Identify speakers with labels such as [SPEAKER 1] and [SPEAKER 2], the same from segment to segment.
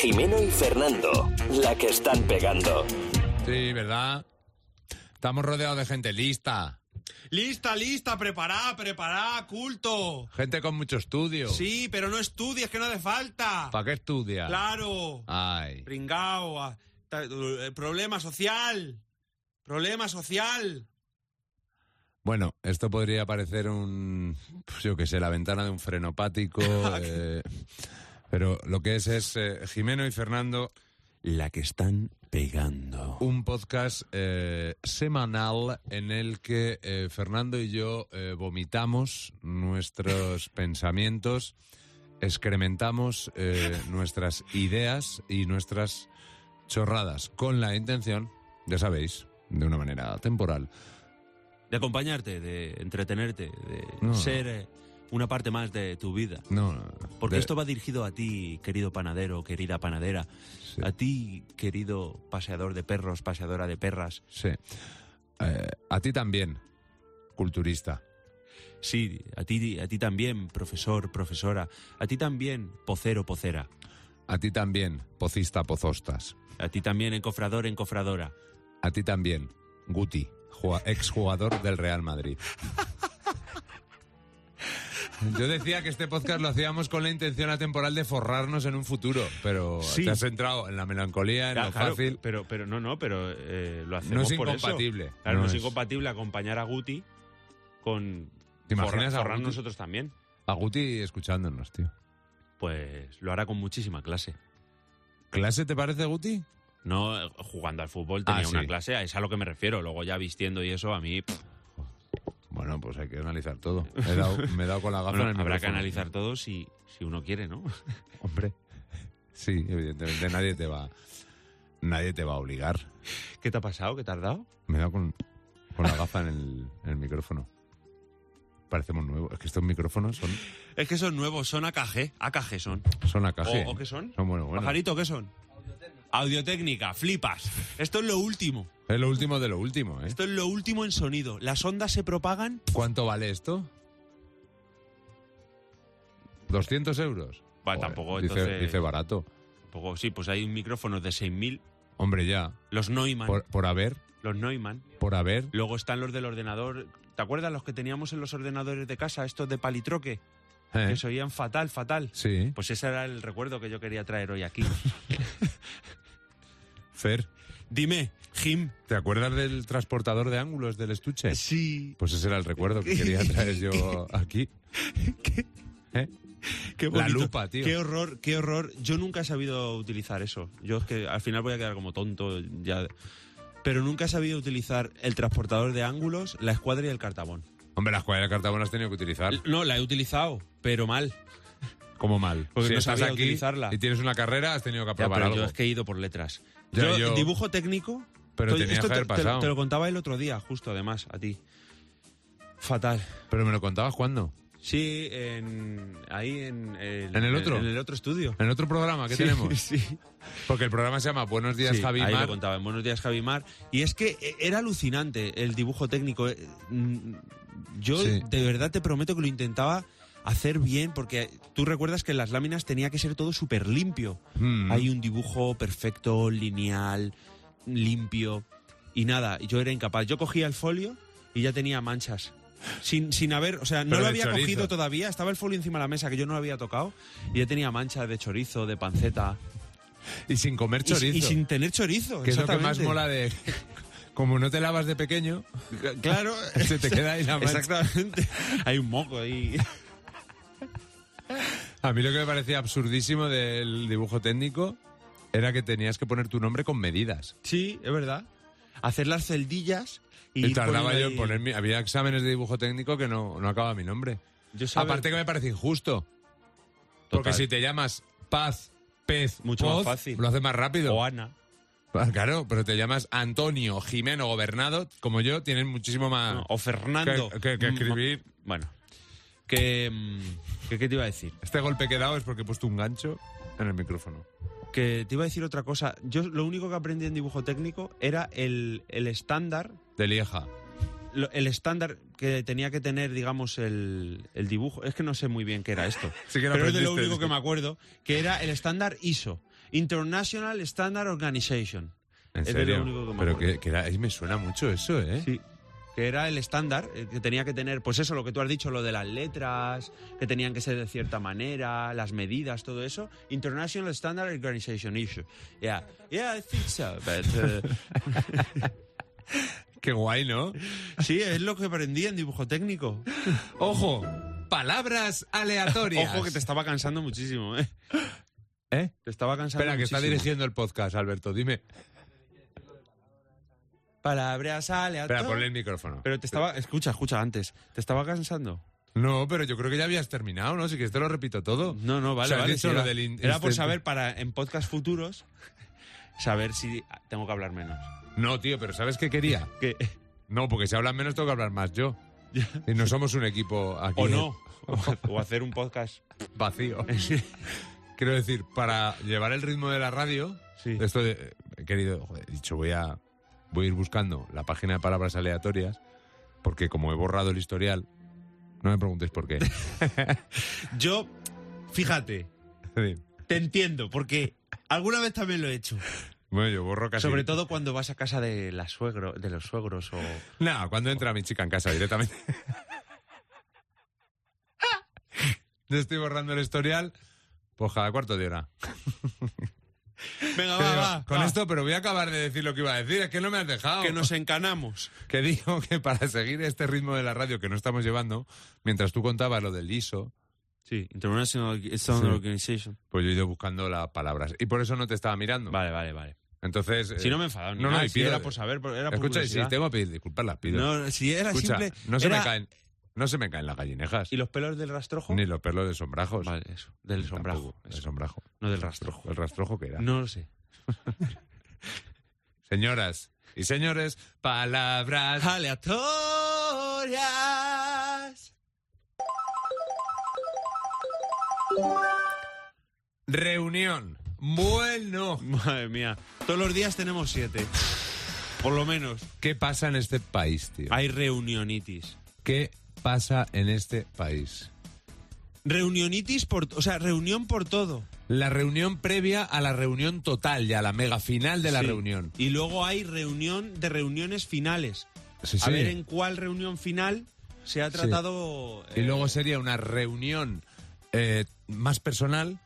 [SPEAKER 1] Jimeno y Fernando, la que están pegando.
[SPEAKER 2] Sí, ¿verdad? Estamos rodeados de gente lista,
[SPEAKER 3] Lista, lista, prepará, prepará, culto.
[SPEAKER 2] gente con mucho estudio.
[SPEAKER 3] Sí, pero no estudies, que no hace falta.
[SPEAKER 2] ¿Para qué estudia?
[SPEAKER 3] Claro.
[SPEAKER 2] Ay.
[SPEAKER 3] Pringao. a- ta- eh, Problema social. Problema social.
[SPEAKER 2] Bueno, esto podría parecer un, pues, yo qué sé, la ventana de un frenopático, eh, pero lo que es es eh, Jimeno y Fernando,
[SPEAKER 4] La que están pegando.
[SPEAKER 2] un podcast eh, semanal en el que eh, Fernando y yo eh, vomitamos nuestros pensamientos, excrementamos eh, nuestras ideas y nuestras chorradas, con la intención, ya sabéis, de una manera temporal,
[SPEAKER 4] De acompañarte, de entretenerte, de
[SPEAKER 2] No.
[SPEAKER 4] ser eh, una parte más de tu vida.
[SPEAKER 2] no, no, no,
[SPEAKER 4] Porque
[SPEAKER 2] de-
[SPEAKER 4] esto va dirigido a ti, querido panadero, querida panadera.
[SPEAKER 2] sí.
[SPEAKER 4] A ti, querido paseador de perros, paseadora de perras.
[SPEAKER 2] Sí. Eh, a ti también, culturista.
[SPEAKER 4] Sí, a ti, a ti también, profesor, profesora. A ti también, pocero, pocera.
[SPEAKER 2] A ti también, pocista, pozostas.
[SPEAKER 4] A ti también, encofrador, encofradora.
[SPEAKER 2] A ti también, Guti, jua- exjugador del Real Madrid. Yo decía que este podcast lo hacíamos con la intención atemporal de forrarnos en un futuro, pero
[SPEAKER 4] Sí.
[SPEAKER 2] te has entrado en la melancolía, en
[SPEAKER 4] Ah,
[SPEAKER 2] lo
[SPEAKER 4] claro,
[SPEAKER 2] fácil.
[SPEAKER 4] Pero, pero no, no, pero eh, lo hacemos
[SPEAKER 2] No es
[SPEAKER 4] por eso.
[SPEAKER 2] incompatible.
[SPEAKER 4] Claro, no,
[SPEAKER 2] no
[SPEAKER 4] es
[SPEAKER 2] es.
[SPEAKER 4] incompatible acompañar a Guti con
[SPEAKER 2] ¿Te imaginas
[SPEAKER 4] forrar-
[SPEAKER 2] a
[SPEAKER 4] forrar
[SPEAKER 2] Guti?
[SPEAKER 4] nosotros también.
[SPEAKER 2] A Guti escuchándonos, tío.
[SPEAKER 4] Pues lo hará con muchísima clase.
[SPEAKER 2] ¿Clase te parece, Guti?
[SPEAKER 4] No eh, jugando al fútbol tenía
[SPEAKER 2] Ah,
[SPEAKER 4] una
[SPEAKER 2] sí.
[SPEAKER 4] clase, a esa a lo que me refiero. Luego ya vistiendo y eso, a mí pff,
[SPEAKER 2] Bueno, pues hay que analizar todo. He dado- me he dado con la gafa
[SPEAKER 4] bueno,
[SPEAKER 2] en el
[SPEAKER 4] habrá que
[SPEAKER 2] micrófono.
[SPEAKER 4] analizar todo si, si uno quiere, ¿no?
[SPEAKER 2] Hombre. Sí, evidentemente nadie te va. Nadie te va a obligar.
[SPEAKER 4] ¿Qué te ha pasado? ¿Qué te has dado?
[SPEAKER 2] Me he dado con, con la gafa en el, en el micrófono. Parecemos nuevos. Es que estos micrófonos son,
[SPEAKER 3] Es que son nuevos, son AKG. AKG son.
[SPEAKER 2] son a caja.
[SPEAKER 3] ¿O, o qué son?
[SPEAKER 2] Son bueno, bueno.
[SPEAKER 3] ¿Pajarito qué son? Audiotécnica, flipas. Esto es lo último.
[SPEAKER 2] Es lo último de lo último, ¿eh?
[SPEAKER 3] Esto es lo último en sonido. Las ondas se propagan.
[SPEAKER 2] ¿Cuánto vale esto? ¿200 euros?
[SPEAKER 4] Va,
[SPEAKER 2] Joder,
[SPEAKER 4] tampoco,
[SPEAKER 2] dice,
[SPEAKER 4] entonces-
[SPEAKER 2] dice barato.
[SPEAKER 4] Poco, sí, pues hay un micrófono de 6.000,
[SPEAKER 2] Hombre, ya.
[SPEAKER 4] los Neumann,
[SPEAKER 2] Por, por haber,
[SPEAKER 4] los Neumann.
[SPEAKER 2] por haber. ¿eh?
[SPEAKER 4] Luego están los del ordenador. ¿Te acuerdas los que teníamos en los ordenadores de casa, estos de palitroque?
[SPEAKER 2] ¿eh?
[SPEAKER 4] Que se oían fatal, fatal.
[SPEAKER 2] Sí.
[SPEAKER 4] Pues ese era el recuerdo que yo quería traer hoy aquí.
[SPEAKER 2] Fer,
[SPEAKER 3] Dime, Jim.
[SPEAKER 2] ¿te acuerdas del transportador de ángulos del estuche?
[SPEAKER 3] Sí.
[SPEAKER 2] Pues ese era el recuerdo que quería traer yo aquí. ¿Eh?
[SPEAKER 3] Qué
[SPEAKER 2] La
[SPEAKER 3] bonito.
[SPEAKER 2] lupa, tío.
[SPEAKER 3] Qué horror, qué horror. Yo nunca he sabido utilizar eso. Yo es que al final voy a quedar como tonto ya. Pero nunca he sabido utilizar el transportador de ángulos, la escuadra y el cartabón.
[SPEAKER 2] Hombre, la escuadra de Cartabón la has tenido que utilizar.
[SPEAKER 3] No, la he utilizado, pero mal.
[SPEAKER 2] Como mal.
[SPEAKER 3] Porque
[SPEAKER 2] si
[SPEAKER 3] no
[SPEAKER 2] estás
[SPEAKER 3] sabía
[SPEAKER 2] aquí
[SPEAKER 3] utilizarla.
[SPEAKER 2] y tienes una carrera, has tenido que
[SPEAKER 4] Ya,
[SPEAKER 2] aprobar
[SPEAKER 4] pero yo
[SPEAKER 2] algo.
[SPEAKER 4] es que he ido por letras.
[SPEAKER 2] Ya,
[SPEAKER 3] yo,
[SPEAKER 2] yo-
[SPEAKER 3] dibujo técnico.
[SPEAKER 2] Pero tenía
[SPEAKER 3] esto
[SPEAKER 2] que haber
[SPEAKER 3] te- te lo-
[SPEAKER 2] pasado.
[SPEAKER 3] Te, lo contaba el otro día, justo además, a ti. Fatal.
[SPEAKER 2] Pero me lo contabas cuándo.
[SPEAKER 3] Sí, en, ahí en el,
[SPEAKER 2] ¿En el otro?
[SPEAKER 3] En el otro estudio.
[SPEAKER 2] En otro programa que
[SPEAKER 3] Sí,
[SPEAKER 2] tenemos.
[SPEAKER 3] Sí.
[SPEAKER 2] Porque el programa se llama Buenos días,
[SPEAKER 3] Sí,
[SPEAKER 2] Javi
[SPEAKER 3] ahí
[SPEAKER 2] Mar.
[SPEAKER 3] lo contaba en Buenos días Javi Mar y es que eh, era alucinante el dibujo técnico. eh, mm, Yo
[SPEAKER 2] Sí.
[SPEAKER 3] de verdad te prometo que lo intentaba hacer bien porque tú recuerdas que en las láminas tenía que ser todo súper limpio.
[SPEAKER 2] Mm.
[SPEAKER 3] Hay un dibujo perfecto, lineal, limpio y nada, yo era incapaz. Yo cogía el folio y ya tenía manchas. Sin, sin haber, o sea, no
[SPEAKER 2] Pero
[SPEAKER 3] lo
[SPEAKER 2] de
[SPEAKER 3] había
[SPEAKER 2] chorizo.
[SPEAKER 3] cogido todavía, estaba el folio encima de la mesa que yo no lo había tocado y ya tenía manchas de chorizo, de panceta.
[SPEAKER 2] Y sin comer
[SPEAKER 3] Y-
[SPEAKER 2] chorizo.
[SPEAKER 3] Y, sin tener chorizo.
[SPEAKER 2] que es lo que más
[SPEAKER 3] exactamente.
[SPEAKER 2] mola de... Como no te lavas de pequeño,
[SPEAKER 3] Claro.
[SPEAKER 2] se te queda ahí la mancha.
[SPEAKER 3] Exactamente. Hay un moco ahí.
[SPEAKER 2] A mí lo que me parecía absurdísimo del dibujo técnico era que tenías que poner tu nombre con medidas.
[SPEAKER 3] Sí, es verdad. Hacer las celdillas y.
[SPEAKER 2] Y
[SPEAKER 3] ir
[SPEAKER 2] tardaba
[SPEAKER 3] poniendo
[SPEAKER 2] yo
[SPEAKER 3] ahí-
[SPEAKER 2] en poner mi- Había exámenes de dibujo técnico que no, no acababa mi nombre.
[SPEAKER 3] Yo saber-
[SPEAKER 2] Aparte que me parece injusto. Porque
[SPEAKER 3] Total.
[SPEAKER 2] si te llamas Paz, Pez,
[SPEAKER 3] Mucho más
[SPEAKER 2] Poz,
[SPEAKER 3] fácil.
[SPEAKER 2] lo haces más rápido.
[SPEAKER 3] O Ana.
[SPEAKER 2] Ah, Claro, pero te llamas Antonio, Jimeno, Gobernado, como yo, tienen muchísimo más...
[SPEAKER 3] no, O Fernando.
[SPEAKER 2] Ah. que- que- que escribir.
[SPEAKER 3] Mm, Bueno. Que, mm, que- ¿Qué te iba a decir?
[SPEAKER 2] Este golpe que he dado es porque he puesto un gancho en el micrófono.
[SPEAKER 3] Que te iba a decir otra cosa. Yo lo único que aprendí en dibujo técnico era el, el estándar.
[SPEAKER 2] De Lieja.
[SPEAKER 3] lo- El estándar que tenía que tener, digamos, el, el dibujo. Es que no sé muy bien qué era esto.
[SPEAKER 2] Sí que lo
[SPEAKER 3] pero es de lo
[SPEAKER 2] aprendiste,
[SPEAKER 3] único
[SPEAKER 2] sí.
[SPEAKER 3] que me acuerdo, que era el estándar ISO. International Standard Organization.
[SPEAKER 2] ¿En
[SPEAKER 3] Es de lo
[SPEAKER 2] serio?
[SPEAKER 3] único que me
[SPEAKER 2] Pero
[SPEAKER 3] acuerdo.
[SPEAKER 2] que, que era- ahí me suena mucho eso, ¿eh?
[SPEAKER 3] Sí. Que era el estándar, eh, que tenía que tener, pues eso, lo que tú has dicho, lo de las letras, que tenían que ser de cierta manera, las medidas, todo eso. International Standard Organization Issue. Yeah, yeah, I think so. But, eh,
[SPEAKER 2] Qué guay, ¿no?
[SPEAKER 3] sí, es lo que aprendí en dibujo técnico.
[SPEAKER 2] Ojo, palabras aleatorias.
[SPEAKER 3] Ojo que te estaba cansando muchísimo, ¿eh?
[SPEAKER 2] ¿Eh?
[SPEAKER 3] Te estaba cansando
[SPEAKER 2] Espera, que está
[SPEAKER 3] muchísimo.
[SPEAKER 2] dirigiendo el podcast, Alberto. Dime.
[SPEAKER 3] Palabras aleatorias.
[SPEAKER 2] Espera, ponle el micrófono.
[SPEAKER 3] Pero te estaba... Escucha, escucha, antes. ¿Te estaba cansando?
[SPEAKER 2] No, pero yo creo que ya habías terminado, ¿no? Si quieres te lo repito todo.
[SPEAKER 3] No, no, vale,
[SPEAKER 2] O sea, has
[SPEAKER 3] vale.
[SPEAKER 2] dicho
[SPEAKER 3] sí,
[SPEAKER 2] lo
[SPEAKER 3] era,
[SPEAKER 2] del in-
[SPEAKER 3] era por
[SPEAKER 2] instant-
[SPEAKER 3] saber para en podcast futuros saber si tengo que hablar menos.
[SPEAKER 2] No, tío, pero ¿sabes qué quería?
[SPEAKER 3] Que-
[SPEAKER 2] No, porque si hablas menos tengo que hablar más yo. Y no somos un equipo aquí.
[SPEAKER 3] o no. o hacer un podcast.
[SPEAKER 2] Vacío. Quiero decir, para llevar el ritmo de la radio,
[SPEAKER 3] Sí.
[SPEAKER 2] esto de, eh, querido, joder, he dicho, voy a, voy a ir buscando la página de palabras aleatorias, porque como he borrado el historial, no me preguntéis por qué.
[SPEAKER 3] Yo, fíjate,
[SPEAKER 2] Sí.
[SPEAKER 3] te entiendo, porque alguna vez también lo he hecho.
[SPEAKER 2] bueno, yo borro casi.
[SPEAKER 3] Sobre todo cuando vas a casa de, la suegro, de los suegros o...
[SPEAKER 2] Nada, cuando entra mi chica en casa directamente. Yo estoy borrando el historial, pues cada cuarto de hora.
[SPEAKER 3] Venga,
[SPEAKER 2] Te digo, con esto, pero voy a acabar de decir lo que iba a decir, es que no me has dejado.
[SPEAKER 3] Que nos encanamos.
[SPEAKER 2] que digo que para seguir este ritmo de la radio que no estamos llevando, mientras tú contabas lo del ISO,
[SPEAKER 3] Sí.
[SPEAKER 4] International Standard
[SPEAKER 2] Sí.
[SPEAKER 4] Organization.
[SPEAKER 2] pues yo he ido buscando las palabras. Y por eso no te estaba mirando.
[SPEAKER 3] Vale, vale, vale.
[SPEAKER 2] Entonces.
[SPEAKER 3] Si
[SPEAKER 2] eh,
[SPEAKER 3] no me he enfadado ni
[SPEAKER 2] no, no,
[SPEAKER 3] nada,
[SPEAKER 2] y
[SPEAKER 3] si
[SPEAKER 2] pido-
[SPEAKER 3] era por saber, por- era por
[SPEAKER 2] Escucha, y si
[SPEAKER 3] curiosidad.
[SPEAKER 2] tengo que pedir disculpas, las pido.
[SPEAKER 3] No, si era
[SPEAKER 2] Escucha,
[SPEAKER 3] simple...
[SPEAKER 2] no se me
[SPEAKER 3] era-
[SPEAKER 2] caen. No se me caen las gallinijas.
[SPEAKER 3] ¿Y los pelos del rastrojo?
[SPEAKER 2] Ni los perlos de sombrajos.
[SPEAKER 3] Vale, eso. Del sombrajo.
[SPEAKER 2] Tampoco, del
[SPEAKER 3] eso.
[SPEAKER 2] sombrajo.
[SPEAKER 3] No del rastrojo.
[SPEAKER 2] El rastrojo que era.
[SPEAKER 3] No lo sé.
[SPEAKER 2] Señoras y señores, palabras.
[SPEAKER 3] Aleatorias.
[SPEAKER 2] Reunión. Bueno.
[SPEAKER 3] Madre mía. Todos los días tenemos siete. Por lo menos.
[SPEAKER 2] ¿Qué pasa en este país, tío?
[SPEAKER 3] Hay reunionitis.
[SPEAKER 2] ¿Qué pasa en este país?
[SPEAKER 3] Reunionitis por... O sea, reunión por todo.
[SPEAKER 2] La reunión previa a la reunión total, ya la mega final de la
[SPEAKER 3] Sí.
[SPEAKER 2] reunión.
[SPEAKER 3] Y luego hay reunión de reuniones finales.
[SPEAKER 2] Sí,
[SPEAKER 3] A
[SPEAKER 2] sí.
[SPEAKER 3] ver en cuál reunión final se ha tratado...
[SPEAKER 2] Y
[SPEAKER 3] eh,
[SPEAKER 2] luego sería una reunión eh, más personal,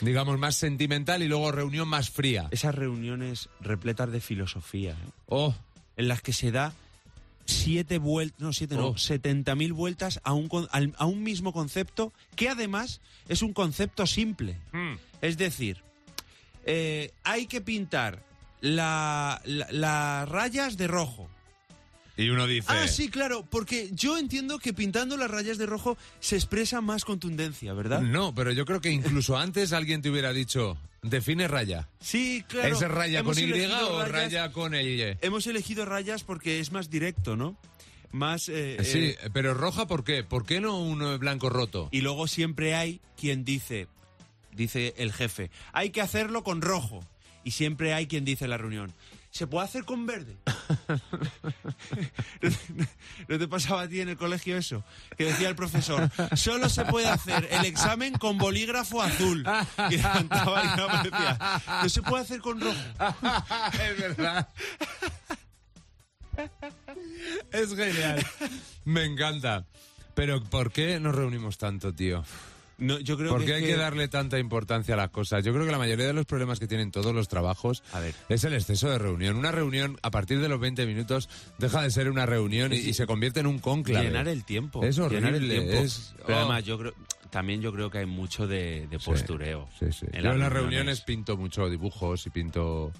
[SPEAKER 2] digamos más sentimental, y luego reunión más fría.
[SPEAKER 3] Esas reuniones repletas de filosofía. ¿eh?
[SPEAKER 2] Oh,
[SPEAKER 3] en las que se da siete vueltas, no siete,
[SPEAKER 2] Oh.
[SPEAKER 3] no, setenta mil vueltas a un, con- al- a un mismo concepto que además es un concepto simple. Es decir, eh, hay que pintar la- la- las rayas de rojo.
[SPEAKER 2] Y uno dice.
[SPEAKER 3] Ah, sí, claro, porque yo entiendo que pintando las rayas de rojo se expresa más contundencia, ¿verdad?
[SPEAKER 2] No, pero yo creo que incluso antes alguien te hubiera dicho, define raya.
[SPEAKER 3] Sí, claro.
[SPEAKER 2] ¿Es raya
[SPEAKER 3] hemos
[SPEAKER 2] con Y
[SPEAKER 3] elegido
[SPEAKER 2] o
[SPEAKER 3] rayas-
[SPEAKER 2] raya con E Y?
[SPEAKER 3] Hemos elegido rayas porque es más directo, ¿no? Más... eh, eh,
[SPEAKER 2] Sí, pero roja, ¿por qué? ¿Por qué no uno blanco roto?
[SPEAKER 3] Y luego siempre hay quien dice, dice el jefe, hay que hacerlo con rojo. Y siempre hay quien dice en la reunión, ¿se puede hacer con verde? ¿No te- ¿No te pasaba a ti en el colegio eso? Que decía el profesor, solo se puede hacer el examen con bolígrafo azul. Y levantaba y aparecía, no se puede hacer con rojo.
[SPEAKER 2] es verdad. es genial. Me encanta. Pero ¿por qué nos reunimos tanto, tío?
[SPEAKER 3] No, yo creo
[SPEAKER 2] ¿Por
[SPEAKER 3] que
[SPEAKER 2] qué
[SPEAKER 3] es
[SPEAKER 2] hay
[SPEAKER 3] que-
[SPEAKER 2] que darle tanta importancia a las cosas? Yo creo que la mayoría de los problemas que tienen todos los trabajos
[SPEAKER 3] A ver.
[SPEAKER 2] es el exceso de reunión. Una reunión a partir de los 20 minutos deja de ser una reunión y, y se convierte en un conclave.
[SPEAKER 4] Llenar el tiempo.
[SPEAKER 2] Es
[SPEAKER 4] Llenar el
[SPEAKER 2] horrible,
[SPEAKER 4] tiempo.
[SPEAKER 2] es-
[SPEAKER 4] Pero
[SPEAKER 2] oh.
[SPEAKER 4] además, yo creo, también yo creo que hay mucho de, de postureo.
[SPEAKER 2] Sí, sí.
[SPEAKER 4] en
[SPEAKER 2] Yo en las reuniones.
[SPEAKER 4] reuniones.
[SPEAKER 2] pinto mucho dibujos y pinto...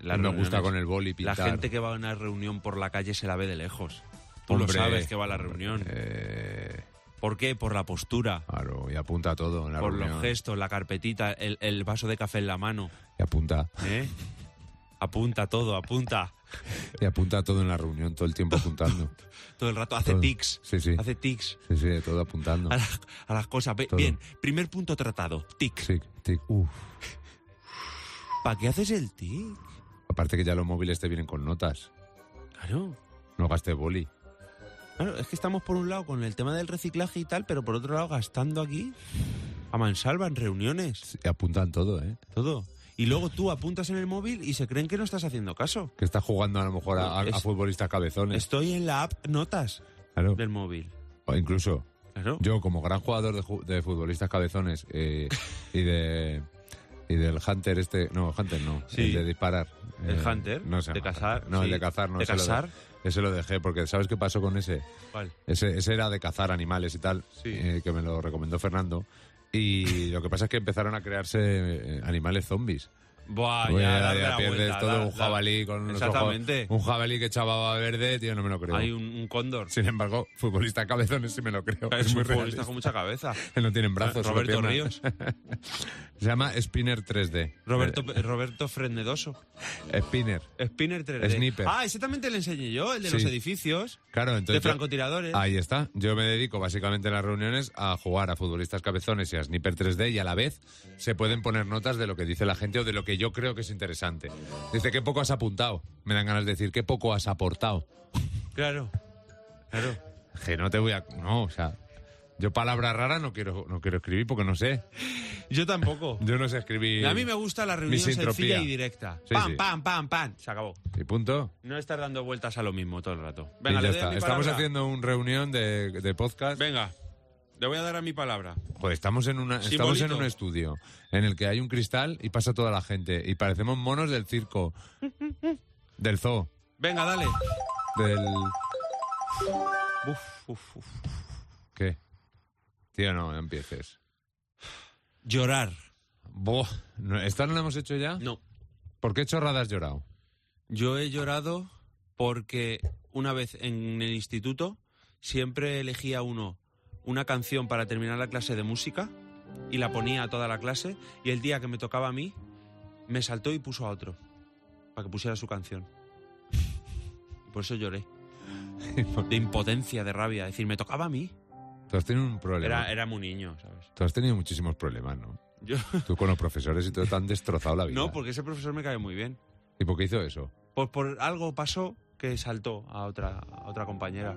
[SPEAKER 4] Las
[SPEAKER 2] me
[SPEAKER 4] reuniones.
[SPEAKER 2] gusta con el boli pintar.
[SPEAKER 4] La gente que va a una reunión por la calle se la ve de lejos. Tú lo
[SPEAKER 2] Hombre,
[SPEAKER 4] sabes que va a la reunión.
[SPEAKER 2] eh,
[SPEAKER 4] ¿Por qué? Por la postura,
[SPEAKER 2] claro, y apunta todo en la
[SPEAKER 4] por
[SPEAKER 2] reunión.
[SPEAKER 4] los gestos, la carpetita, el, el vaso de café en la mano.
[SPEAKER 2] Y apunta,
[SPEAKER 4] ¿eh? Apunta todo, apunta.
[SPEAKER 2] y apunta todo en la reunión, todo el tiempo apuntando.
[SPEAKER 4] Todo el rato hace
[SPEAKER 2] Todo.
[SPEAKER 4] tics.
[SPEAKER 2] Sí, sí.
[SPEAKER 4] Hace tics
[SPEAKER 2] Sí, sí, todo apuntando.
[SPEAKER 4] a, las- a las cosas. Ve-
[SPEAKER 2] Todo.
[SPEAKER 4] Bien, primer punto tratado, tic.
[SPEAKER 2] Sí, sí. Uf.
[SPEAKER 4] ¿Para qué haces el tic?
[SPEAKER 2] Aparte que ya los móviles te vienen con notas.
[SPEAKER 4] Claro.
[SPEAKER 2] No gastes boli.
[SPEAKER 4] Claro, es que estamos por un lado con el tema del reciclaje y tal, pero por otro lado gastando aquí. a mansalva en reuniones,
[SPEAKER 2] Sí, apuntan todo, ¿eh?
[SPEAKER 4] todo. Y luego tú apuntas en el móvil y se creen que no estás haciendo caso.
[SPEAKER 2] Que está jugando a lo mejor a, a- a
[SPEAKER 4] Es-
[SPEAKER 2] futbolistas cabezones.
[SPEAKER 4] Estoy en la app Notas
[SPEAKER 2] Claro.
[SPEAKER 4] del móvil.
[SPEAKER 2] O incluso
[SPEAKER 4] Claro.
[SPEAKER 2] yo, como gran jugador de, ju- de futbolistas cabezones eh, y de. Y del Hunter este... No, Hunter no.
[SPEAKER 4] Sí.
[SPEAKER 2] El de disparar.
[SPEAKER 4] El
[SPEAKER 2] Eh,
[SPEAKER 4] Hunter,
[SPEAKER 2] No se
[SPEAKER 4] de
[SPEAKER 2] llama
[SPEAKER 4] cazar.
[SPEAKER 2] Hunter. No, el
[SPEAKER 4] sí.
[SPEAKER 2] de cazar no.
[SPEAKER 4] De
[SPEAKER 2] ese lo de-
[SPEAKER 4] cazar,
[SPEAKER 2] ese lo dejé porque ¿sabes qué pasó con ese?
[SPEAKER 4] ¿cuál?
[SPEAKER 2] Ese, ese era de cazar animales y tal,
[SPEAKER 4] Sí.
[SPEAKER 2] eh, que me lo recomendó Fernando. Y lo que pasa es que empezaron a crearse eh, animales zombies.
[SPEAKER 4] Buah,
[SPEAKER 2] Porque
[SPEAKER 4] ya,
[SPEAKER 2] ya,
[SPEAKER 4] darle la
[SPEAKER 2] pierdes
[SPEAKER 4] vuelta,
[SPEAKER 2] todo
[SPEAKER 4] dar-
[SPEAKER 2] un
[SPEAKER 4] dar-
[SPEAKER 2] jabalí con unos ojos-
[SPEAKER 4] Exactamente.
[SPEAKER 2] un jabalí que echaba baba verde, tío, no me lo creo.
[SPEAKER 4] Hay un, un cóndor.
[SPEAKER 2] Sin embargo, futbolista cabezones sí me lo creo.
[SPEAKER 4] Es,
[SPEAKER 2] Es, muy
[SPEAKER 4] un futbolista
[SPEAKER 2] realista.
[SPEAKER 4] con mucha cabeza.
[SPEAKER 2] No tienen brazos. solo
[SPEAKER 4] Roberto
[SPEAKER 2] piernas.
[SPEAKER 4] Ríos.
[SPEAKER 2] Se llama Spinner 3D.
[SPEAKER 4] Roberto, Roberto Frendedoso.
[SPEAKER 2] Eh, Spinner.
[SPEAKER 4] Spinner 3D.
[SPEAKER 2] Sniper.
[SPEAKER 4] Ah, ese también te lo enseñé yo, el de los
[SPEAKER 2] Sí.
[SPEAKER 4] edificios,
[SPEAKER 2] Claro,
[SPEAKER 4] de
[SPEAKER 2] entonces... yo-
[SPEAKER 4] francotiradores.
[SPEAKER 2] Ahí está. Yo me dedico básicamente en las reuniones a jugar a futbolistas cabezones y a Sniper 3D y a la vez se pueden poner notas de lo que dice la gente o de lo que yo creo que es interesante. Dice, qué poco has apuntado. Me dan ganas de decir, qué poco has aportado.
[SPEAKER 4] Claro. Claro.
[SPEAKER 2] Que no te voy a... No, o sea... Yo palabra rara no quiero, no quiero escribir porque no sé.
[SPEAKER 4] Yo tampoco.
[SPEAKER 2] Yo no sé escribir...
[SPEAKER 4] A mí me gusta la reunión
[SPEAKER 2] misentropía.
[SPEAKER 4] sencilla y directa.
[SPEAKER 2] Sí,
[SPEAKER 4] pam,
[SPEAKER 2] sí.
[SPEAKER 4] pam, pam, pam. Se acabó.
[SPEAKER 2] Y punto.
[SPEAKER 4] No estar dando vueltas a lo mismo todo el rato.
[SPEAKER 2] Y
[SPEAKER 4] Venga,
[SPEAKER 2] ya
[SPEAKER 4] le doy a
[SPEAKER 2] está.
[SPEAKER 4] mi
[SPEAKER 2] Estamos
[SPEAKER 4] palabra.
[SPEAKER 2] haciendo un reunión de, de podcast.
[SPEAKER 4] Venga, le voy a dar a mi palabra.
[SPEAKER 2] Pues estamos en, una, estamos
[SPEAKER 4] Simbolito.
[SPEAKER 2] en un estudio en el que hay un cristal y pasa toda la gente. Y parecemos monos del circo, del zoo,
[SPEAKER 4] Venga, dale.
[SPEAKER 2] del...
[SPEAKER 4] Uf, uf, uf.
[SPEAKER 2] ¿Qué? Tío, no, no empieces.
[SPEAKER 4] Llorar.
[SPEAKER 2] Buah, ¿no- ¿esta no la hemos hecho ya?
[SPEAKER 4] No.
[SPEAKER 2] ¿Por qué chorrada has llorado?
[SPEAKER 4] Yo he llorado porque una vez en el instituto siempre elegía uno una canción para terminar la clase de música y la ponía a toda la clase y el día que me tocaba a mí me saltó y puso a otro para que pusiera su canción. Por eso lloré. De impotencia, de rabia. Es decir, me tocaba a mí.
[SPEAKER 2] Tú has tenido un problema.
[SPEAKER 4] Era, era muy niño, ¿sabes?
[SPEAKER 2] Tú has tenido muchísimos problemas, ¿no?
[SPEAKER 4] Yo-
[SPEAKER 2] Tú con los profesores y todo te han destrozado la vida.
[SPEAKER 4] no, porque ese profesor me cae muy bien.
[SPEAKER 2] ¿Y por qué hizo eso?
[SPEAKER 4] Pues por algo pasó que saltó a otra, a otra compañera.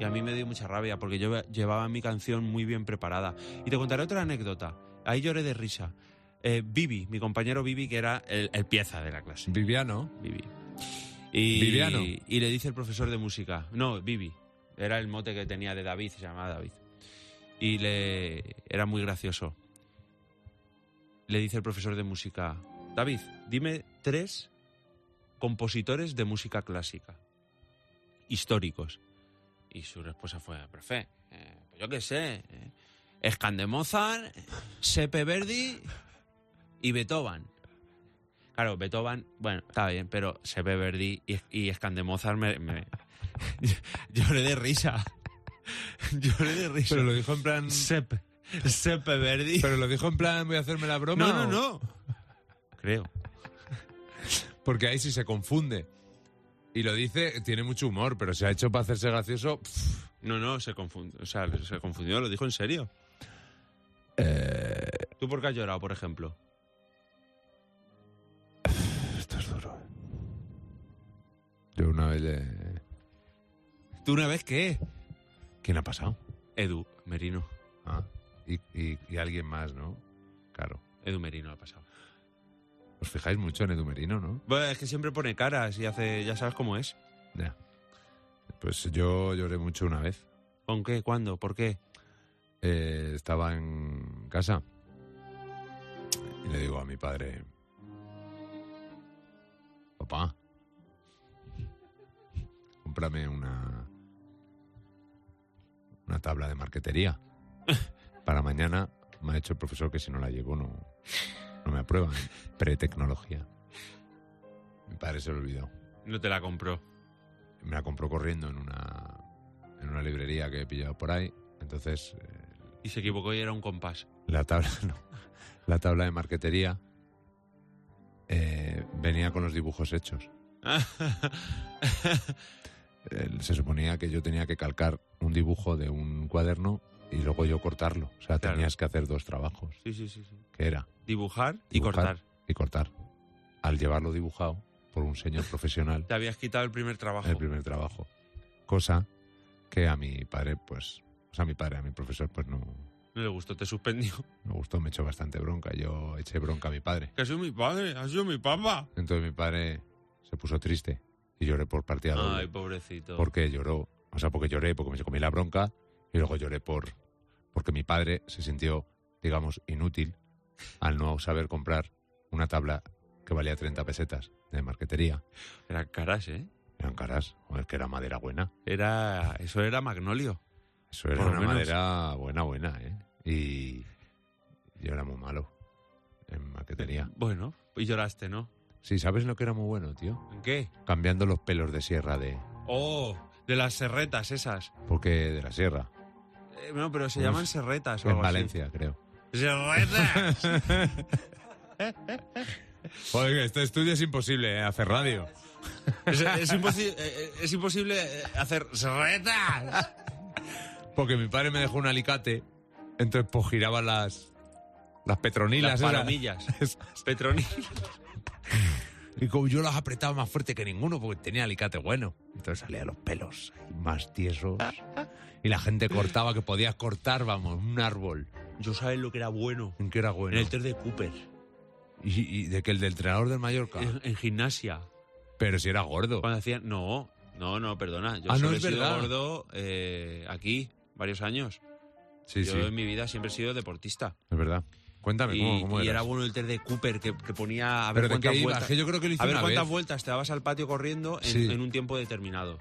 [SPEAKER 4] Y a mí me dio mucha rabia porque yo llevaba mi canción muy bien preparada. Y te contaré otra anécdota. Ahí lloré de risa. Eh, Vivi, mi compañero Vivi, que era el, el pieza de la clase.
[SPEAKER 2] Viviano,
[SPEAKER 4] Vivi. Y,
[SPEAKER 2] Viviano.
[SPEAKER 4] y le dice el profesor de música. No, Vivi. Era el mote que tenía de David, se llamaba David. Y le era muy gracioso. Le dice el profesor de música, David, dime tres compositores de música clásica históricos. Y su respuesta fue, profe, eh, pues yo qué sé, eh, Scan de Mozart, Sepe Verdi y Beethoven. Claro, Beethoven, bueno, está bien, pero Sepe Verdi y, y Scan de Mozart me, me- lloré de risa. lloré de risa.
[SPEAKER 2] pero lo dijo en plan...
[SPEAKER 4] Sepe, Sepe Verdi.
[SPEAKER 2] Pero lo dijo en plan, voy a hacerme la broma.
[SPEAKER 4] no, no,
[SPEAKER 2] o-
[SPEAKER 4] no. Creo.
[SPEAKER 2] Porque ahí sí se confunde. Y lo dice, tiene mucho humor, pero se ha hecho para hacerse gracioso. pf,
[SPEAKER 4] No, no, se confundió, o sea, se confundió, lo dijo en serio. ¿Tú por qué has llorado, por ejemplo?
[SPEAKER 2] Yo una vez le...
[SPEAKER 4] ¿Tú una vez qué?
[SPEAKER 2] ¿Quién ha pasado?
[SPEAKER 4] Edu Merino.
[SPEAKER 2] Ah, y, y- y alguien más, ¿no? Claro.
[SPEAKER 4] Edu Merino ha pasado.
[SPEAKER 2] Os fijáis mucho en Edumerino, ¿no?
[SPEAKER 4] Bueno, es que siempre pone caras y hace, ya sabes cómo es.
[SPEAKER 2] Ya. Pues yo lloré mucho una vez.
[SPEAKER 4] ¿Con qué? ¿Cuándo? ¿Por qué?
[SPEAKER 2] Eh, estaba en casa y le digo a mi padre, papá, cómprame una una tabla de marquetería para mañana. Me ha hecho el profesor que si no la llevo no, no me aprueban. Pretecnología. Mi padre se lo olvidó.
[SPEAKER 4] No te la compró.
[SPEAKER 2] Me la compró corriendo en una en una librería que he pillado por ahí. Entonces eh,
[SPEAKER 4] Y se equivocó y era un compás.
[SPEAKER 2] la tabla, no. La tabla de marquetería eh, venía con los dibujos hechos. Eh, se suponía que yo tenía que calcar un dibujo de un cuaderno y luego yo cortarlo. O sea,
[SPEAKER 4] Claro.
[SPEAKER 2] tenías que hacer dos trabajos,
[SPEAKER 4] sí, sí, sí, sí.
[SPEAKER 2] que era
[SPEAKER 4] Dibujar y
[SPEAKER 2] Dibujar.
[SPEAKER 4] cortar.
[SPEAKER 2] y cortar. Al llevarlo dibujado por un señor profesional,
[SPEAKER 4] Te habías quitado el primer trabajo.
[SPEAKER 2] el primer trabajo. Cosa que a mi padre, pues, o sea, a mi padre, a mi profesor, pues no,
[SPEAKER 4] No le gustó, te suspendió.
[SPEAKER 2] Me gustó, me echó bastante bronca. Yo eché bronca a mi padre.
[SPEAKER 4] Que soy mi padre, ha sido mi papá.
[SPEAKER 2] Entonces mi padre se puso triste y lloré por partida doble.
[SPEAKER 4] Ay, pobrecito.
[SPEAKER 2] porque lloró, o sea, porque lloré, porque me comí la bronca y luego lloré por porque mi padre se sintió, digamos, inútil al no saber comprar una tabla que valía 30 pesetas de marquetería.
[SPEAKER 4] Eran caras, ¿eh?
[SPEAKER 2] Eran caras, joder, que era madera buena.
[SPEAKER 4] Era, eso era Magnolio.
[SPEAKER 2] Eso era
[SPEAKER 4] Por lo
[SPEAKER 2] una
[SPEAKER 4] menos.
[SPEAKER 2] madera buena, buena, ¿eh? Y yo era muy malo en marquetería.
[SPEAKER 4] Bueno, y lloraste, ¿no?
[SPEAKER 2] Sí, ¿sabes lo que era muy bueno, tío?
[SPEAKER 4] ¿En qué?
[SPEAKER 2] Cambiando los pelos de sierra de...
[SPEAKER 4] Oh, de las serretas esas.
[SPEAKER 2] Porque de la sierra,
[SPEAKER 4] Eh, no, pero se
[SPEAKER 2] Uf,
[SPEAKER 4] llaman serretas o
[SPEAKER 2] en
[SPEAKER 4] Pues algo así.
[SPEAKER 2] Valencia, creo.
[SPEAKER 4] ¡Serretas!
[SPEAKER 2] Joder, que este estudio es imposible, ¿eh? hacer radio.
[SPEAKER 4] es, es imposi- eh, eh, es imposible eh, hacer serretas.
[SPEAKER 2] Porque mi padre me dejó un alicate, entonces pues giraba las, las petronilas.
[SPEAKER 4] Las
[SPEAKER 2] esas.
[SPEAKER 4] palomillas.
[SPEAKER 2] Esas.
[SPEAKER 4] Petronillas.
[SPEAKER 2] Y como yo las apretaba más fuerte que ninguno porque tenía alicate bueno. Entonces salían los pelos ahí más tiesos. Y la gente cortaba, que podías cortar, vamos, un árbol.
[SPEAKER 4] Yo sabes lo que era bueno.
[SPEAKER 2] ¿En qué era bueno?
[SPEAKER 4] En el test de Cooper.
[SPEAKER 2] y, y de que el del entrenador del Mallorca.
[SPEAKER 4] En, en gimnasia.
[SPEAKER 2] Pero si era gordo.
[SPEAKER 4] Cuando hacían. No, no, no, perdona. Yo
[SPEAKER 2] Ah, no,
[SPEAKER 4] solo he
[SPEAKER 2] es
[SPEAKER 4] sido
[SPEAKER 2] verdad.
[SPEAKER 4] gordo eh, aquí varios años.
[SPEAKER 2] Sí,
[SPEAKER 4] Yo
[SPEAKER 2] sí,
[SPEAKER 4] en mi vida siempre he sido deportista.
[SPEAKER 2] es verdad. Cuéntame,
[SPEAKER 4] Y,
[SPEAKER 2] ¿cómo, cómo
[SPEAKER 4] y era
[SPEAKER 2] eras?
[SPEAKER 4] bueno el test de Cooper que, que ponía a
[SPEAKER 2] ¿Pero
[SPEAKER 4] ver
[SPEAKER 2] de
[SPEAKER 4] cuántas
[SPEAKER 2] qué ibas?
[SPEAKER 4] vueltas.
[SPEAKER 2] Que yo creo que lo hice
[SPEAKER 4] A ver
[SPEAKER 2] una
[SPEAKER 4] cuántas
[SPEAKER 2] vez.
[SPEAKER 4] vueltas te dabas al patio corriendo en,
[SPEAKER 2] Sí.
[SPEAKER 4] en un tiempo determinado.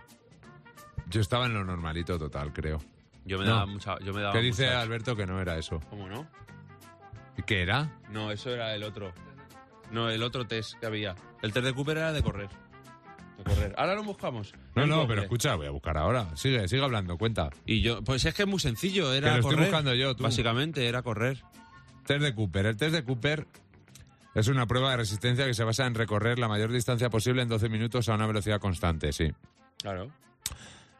[SPEAKER 2] Yo estaba en lo normalito total, creo.
[SPEAKER 4] Yo me
[SPEAKER 2] No.
[SPEAKER 4] daba mucha. Yo me daba
[SPEAKER 2] Que dice
[SPEAKER 4] muchas.
[SPEAKER 2] Alberto que no era eso.
[SPEAKER 4] ¿Cómo no?
[SPEAKER 2] ¿Y ¿Qué era?
[SPEAKER 4] No, eso era el otro. No, el otro test que había. El test de Cooper era de correr. De correr. Ahora lo buscamos.
[SPEAKER 2] No, no,
[SPEAKER 4] encuentre.
[SPEAKER 2] pero escucha, voy a buscar ahora. Sigue, sigue hablando, cuenta.
[SPEAKER 4] Y yo, pues es que es muy sencillo, era
[SPEAKER 2] Que lo estoy
[SPEAKER 4] correr.
[SPEAKER 2] buscando yo, tú.
[SPEAKER 4] Básicamente era correr.
[SPEAKER 2] Test de Cooper. El test de Cooper es una prueba de resistencia que se basa en recorrer la mayor distancia posible en 12 minutos a una velocidad constante, sí.
[SPEAKER 4] Claro.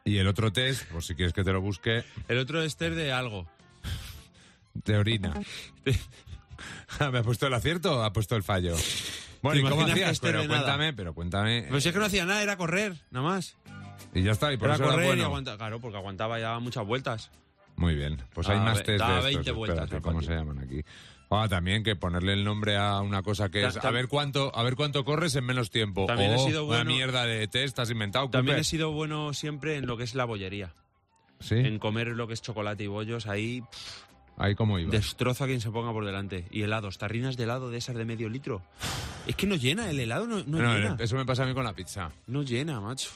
[SPEAKER 2] Y el otro test, por si quieres que te lo busque,
[SPEAKER 4] El otro es test de algo.
[SPEAKER 2] de orina. ¿Me ha puesto el acierto o ha puesto el fallo? Bueno,
[SPEAKER 4] ¿Te
[SPEAKER 2] ¿y cómo
[SPEAKER 4] imaginas que
[SPEAKER 2] hacías?
[SPEAKER 4] este
[SPEAKER 2] Pero
[SPEAKER 4] de nada?
[SPEAKER 2] cuéntame, pero cuéntame.
[SPEAKER 4] Pero si es que no hacía nada, era correr, nada más.
[SPEAKER 2] Y ya está, y por
[SPEAKER 4] Era
[SPEAKER 2] eso era
[SPEAKER 4] correr y
[SPEAKER 2] bueno.
[SPEAKER 4] aguantar. Claro, porque aguantaba y daba muchas vueltas.
[SPEAKER 2] Muy bien, pues hay
[SPEAKER 4] Daba
[SPEAKER 2] más
[SPEAKER 4] Ah, ve-
[SPEAKER 2] test de
[SPEAKER 4] daba
[SPEAKER 2] estos.
[SPEAKER 4] 20 vueltas eh,
[SPEAKER 2] Espérate,
[SPEAKER 4] al
[SPEAKER 2] ¿Cómo
[SPEAKER 4] patio.
[SPEAKER 2] se llaman aquí? Ah, también que ponerle el nombre a una cosa que
[SPEAKER 4] Ta-
[SPEAKER 2] es a
[SPEAKER 4] tam-
[SPEAKER 2] ver cuánto a ver cuánto corres en menos tiempo.
[SPEAKER 4] También he
[SPEAKER 2] Oh,
[SPEAKER 4] sido
[SPEAKER 2] una
[SPEAKER 4] bueno-
[SPEAKER 2] mierda de test, has inventado.
[SPEAKER 4] También
[SPEAKER 2] Cooper.
[SPEAKER 4] he sido bueno siempre en lo que es la bollería.
[SPEAKER 2] Sí,
[SPEAKER 4] En comer lo que es chocolate y bollos, ahí pff,
[SPEAKER 2] ahí como iba.
[SPEAKER 4] destroza a quien se ponga por delante. Y helados, tarrinas de helado de esas de medio litro. Es que no llena, el helado no, no eh,
[SPEAKER 2] No,
[SPEAKER 4] llena.
[SPEAKER 2] eso me pasa a mí con la pizza.
[SPEAKER 4] No llena, macho.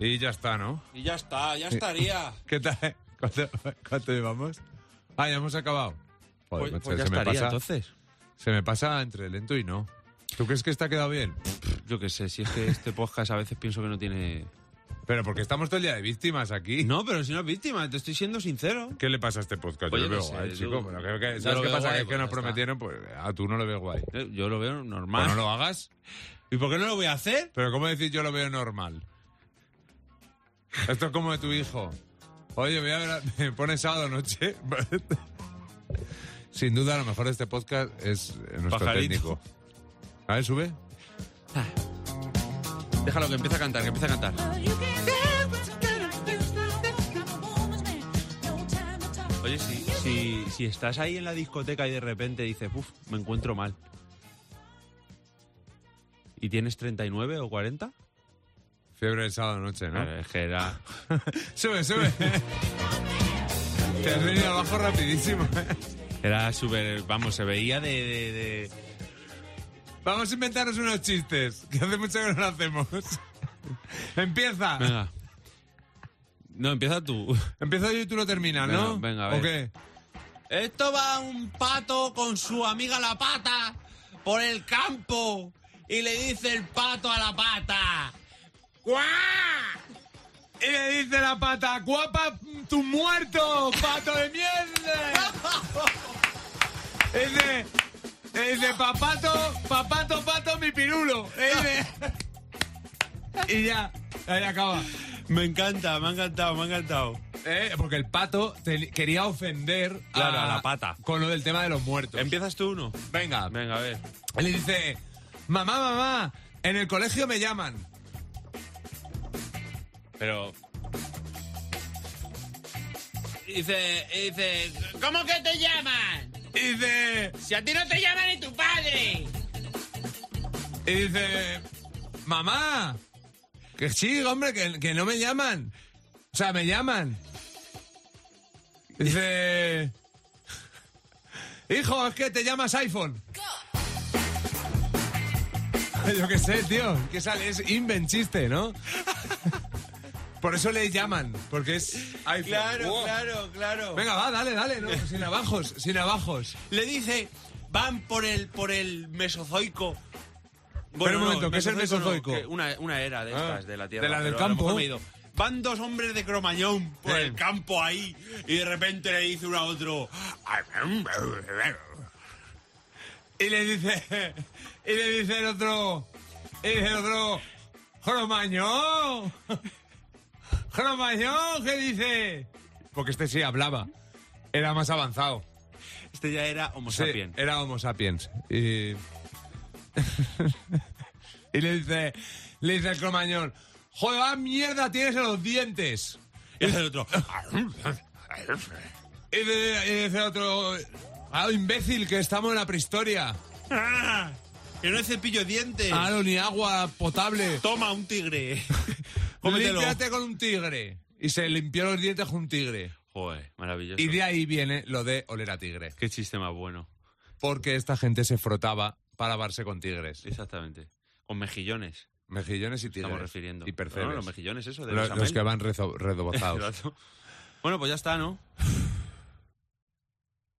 [SPEAKER 2] Y ya está, ¿no?
[SPEAKER 4] Y ya está, ya estaría.
[SPEAKER 2] ¿Qué tal? ¿Cuánto, cuánto llevamos? Ah, ya hemos acabado. Joder,
[SPEAKER 4] Pues,
[SPEAKER 2] macho,
[SPEAKER 4] pues ya
[SPEAKER 2] se, me
[SPEAKER 4] estaría,
[SPEAKER 2] pasa,
[SPEAKER 4] entonces.
[SPEAKER 2] se me pasa entre lento y no. ¿Tú crees que está quedado bien?
[SPEAKER 4] Yo qué sé, si es que este podcast a veces pienso que no tiene...
[SPEAKER 2] Pero porque estamos todo el día de víctimas aquí.
[SPEAKER 4] No, pero si no es víctima, te estoy siendo sincero.
[SPEAKER 2] ¿Qué le pasa a este podcast?
[SPEAKER 4] Pues
[SPEAKER 2] yo lo
[SPEAKER 4] yo
[SPEAKER 2] veo
[SPEAKER 4] qué sé,
[SPEAKER 2] guay,
[SPEAKER 4] yo-
[SPEAKER 2] chico. pero creo que-
[SPEAKER 4] yo
[SPEAKER 2] ¿Sabes
[SPEAKER 4] lo
[SPEAKER 2] qué
[SPEAKER 4] veo
[SPEAKER 2] pasa?
[SPEAKER 4] guay,
[SPEAKER 2] que es que nos
[SPEAKER 4] pues ya está.
[SPEAKER 2] prometieron, pues a tú no lo veo guay.
[SPEAKER 4] Eh, Yo lo veo normal.
[SPEAKER 2] Pues no lo hagas.
[SPEAKER 4] ¿Y por qué no lo voy a hacer?
[SPEAKER 2] Pero ¿cómo decir yo lo veo normal? Esto es como de tu hijo. Oye, voy a ver, a- me pone sábado noche. Sin duda, a lo mejor de este podcast es eh, nuestro
[SPEAKER 4] Pajarito.
[SPEAKER 2] técnico. A ver, sube.
[SPEAKER 4] Déjalo que empiece a cantar, que empiece a cantar. Oye, si, si, si estás ahí en la discoteca y de repente dices, uff, me encuentro mal. ¿Y tienes 39 o 40?
[SPEAKER 2] Fiebre del sábado noche, ¿no?
[SPEAKER 4] Claro, es que era...
[SPEAKER 2] Sube, sube. Te has venido abajo rapidísimo.
[SPEAKER 4] Era súper... Vamos, se veía de... de- de-
[SPEAKER 2] Vamos a inventarnos unos chistes, que hace mucho que no lo hacemos. Empieza.
[SPEAKER 4] Venga. No, empieza tú.
[SPEAKER 2] Empieza yo y tú lo terminas, ¿no?
[SPEAKER 4] Venga, venga, a ver.
[SPEAKER 2] ¿O qué?
[SPEAKER 4] Esto va un pato con su amiga la pata por el campo y le dice el pato a la pata.
[SPEAKER 2] ¡Guau! Y le dice la pata, guapa, tu muerto, pato de mierda. Y dice, y dice, papato, papato, pato, mi pirulo. Y, dice- y ya, ahí acaba.
[SPEAKER 4] Me encanta, me ha encantado, me ha encantado.
[SPEAKER 2] Eh, Porque el pato te- quería ofender
[SPEAKER 4] Claro, a la pata.
[SPEAKER 2] con lo del tema de los muertos.
[SPEAKER 4] Empiezas tú Ah. uno.
[SPEAKER 2] Venga,
[SPEAKER 4] Venga, a ver.
[SPEAKER 2] Él le dice, mamá, mamá, en el colegio me llaman.
[SPEAKER 4] Pero. Dice, dice,
[SPEAKER 5] ¿Cómo que te llaman?
[SPEAKER 2] Y dice,
[SPEAKER 5] Si a ti no te llama ni tu padre.
[SPEAKER 2] y dice, mamá, que sí, hombre, que, que no me llaman. O sea, me llaman. Y dice, hijo, es que te llamas iPhone. Yo qué sé, tío, que sale, es invent chiste, ¿no? Por eso le llaman, porque es iPhone.
[SPEAKER 4] Claro,
[SPEAKER 2] Wow.
[SPEAKER 4] claro, claro.
[SPEAKER 2] Venga, va, dale, dale, no, sin abajos, sin abajos.
[SPEAKER 4] Le dice, van por el, por el mesozoico.
[SPEAKER 2] un momento, ¿qué es el mesozoico?
[SPEAKER 4] que una, una era de estas,
[SPEAKER 2] Ah,
[SPEAKER 4] de la Tierra.
[SPEAKER 2] de la del
[SPEAKER 4] pero a lo
[SPEAKER 2] campo.
[SPEAKER 4] mejor me he ido. Van dos hombres de cromañón por
[SPEAKER 2] Sí.
[SPEAKER 4] el campo ahí y de repente le dice uno a otro... mm,
[SPEAKER 2] Y le dice, y le dice el otro, y dice el otro, Cromañón, Cromañón, ¿qué dice? Porque este sí hablaba, era más avanzado.
[SPEAKER 4] Este ya era homo
[SPEAKER 2] Sí,
[SPEAKER 4] sapien.
[SPEAKER 2] era Homo sapiens. Y... y le dice, le dice el Cromañón, joder, va mierda tienes en los dientes.
[SPEAKER 4] Y el otro...
[SPEAKER 2] Y, de- y dice otro, ah, imbécil, que estamos en la prehistoria.
[SPEAKER 4] "Ah, Que no es cepillo de dientes.
[SPEAKER 2] Ah, no, ni agua potable.
[SPEAKER 4] Toma, un tigre. Cómetelo.
[SPEAKER 2] Límpiate con un tigre. Y se limpió los dientes con un tigre.
[SPEAKER 4] Joder, maravilloso.
[SPEAKER 2] Y de ahí viene lo de oler a tigre.
[SPEAKER 4] Qué chiste más bueno.
[SPEAKER 2] Porque esta gente se frotaba para lavarse con tigres.
[SPEAKER 4] Exactamente. Con mejillones.
[SPEAKER 2] Mejillones y tigres.
[SPEAKER 4] Estamos refiriendo.
[SPEAKER 2] Y percebes.
[SPEAKER 4] No, los mejillones, eso. De
[SPEAKER 2] Lo-
[SPEAKER 4] Besamel.
[SPEAKER 2] los que van rezo- redobozados.
[SPEAKER 4] Exacto. Bueno, pues ya está, ¿no?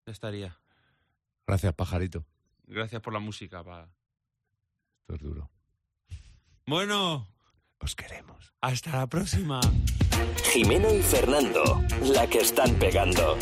[SPEAKER 4] Ya estaría.
[SPEAKER 2] Gracias, pajarito.
[SPEAKER 4] Gracias por la música. pa.
[SPEAKER 2] Esto es duro.
[SPEAKER 4] Bueno,
[SPEAKER 2] Os queremos.
[SPEAKER 4] hasta la próxima.
[SPEAKER 1] Jimeno y Fernando, la que están pegando.